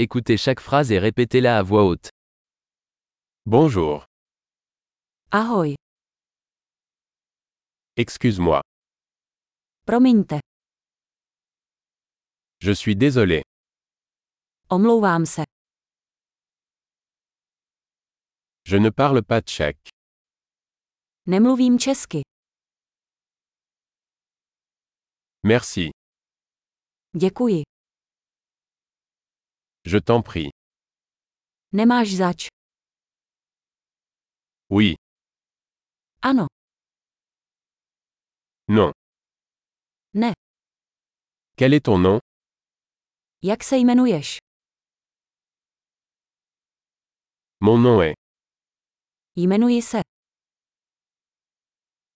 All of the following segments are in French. Écoutez chaque phrase et répétez-la à voix haute. Bonjour, Ahoj, excuse-moi, promiňte, je suis désolé, omlouvám se, je ne parle pas tchèque, nemluvím česky, merci, děkuji, je t'en prie, nemáš zač, oui, ano, non. Ne. Quel est ton nom jak se jmenuješ? Mon nom est. Jmenuji se,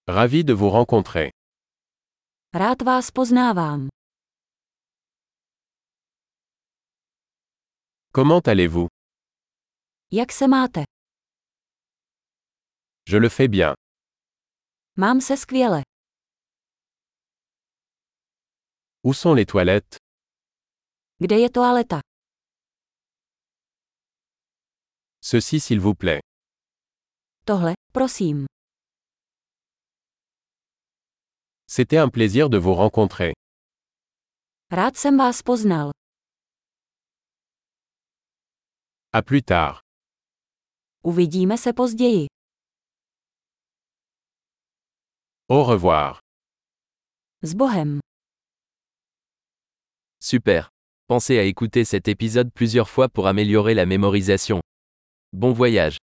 Ravi de vous rencontrer. rád vás poznávám. Comment allez-vous Jak se máte? Je le fais bien. Mám se skvěle. Où sont les toilettes Kde je toaleta? Ceci s'il vous plaît. Tohle, prosím. C'était un plaisir de vous rencontrer. Rád jsem vás poznal. À plus tard. Uvidíme se později. Au revoir. S Bohem. Super. Pensez à écouter cet épisode plusieurs fois pour améliorer la mémorisation. Bon voyage.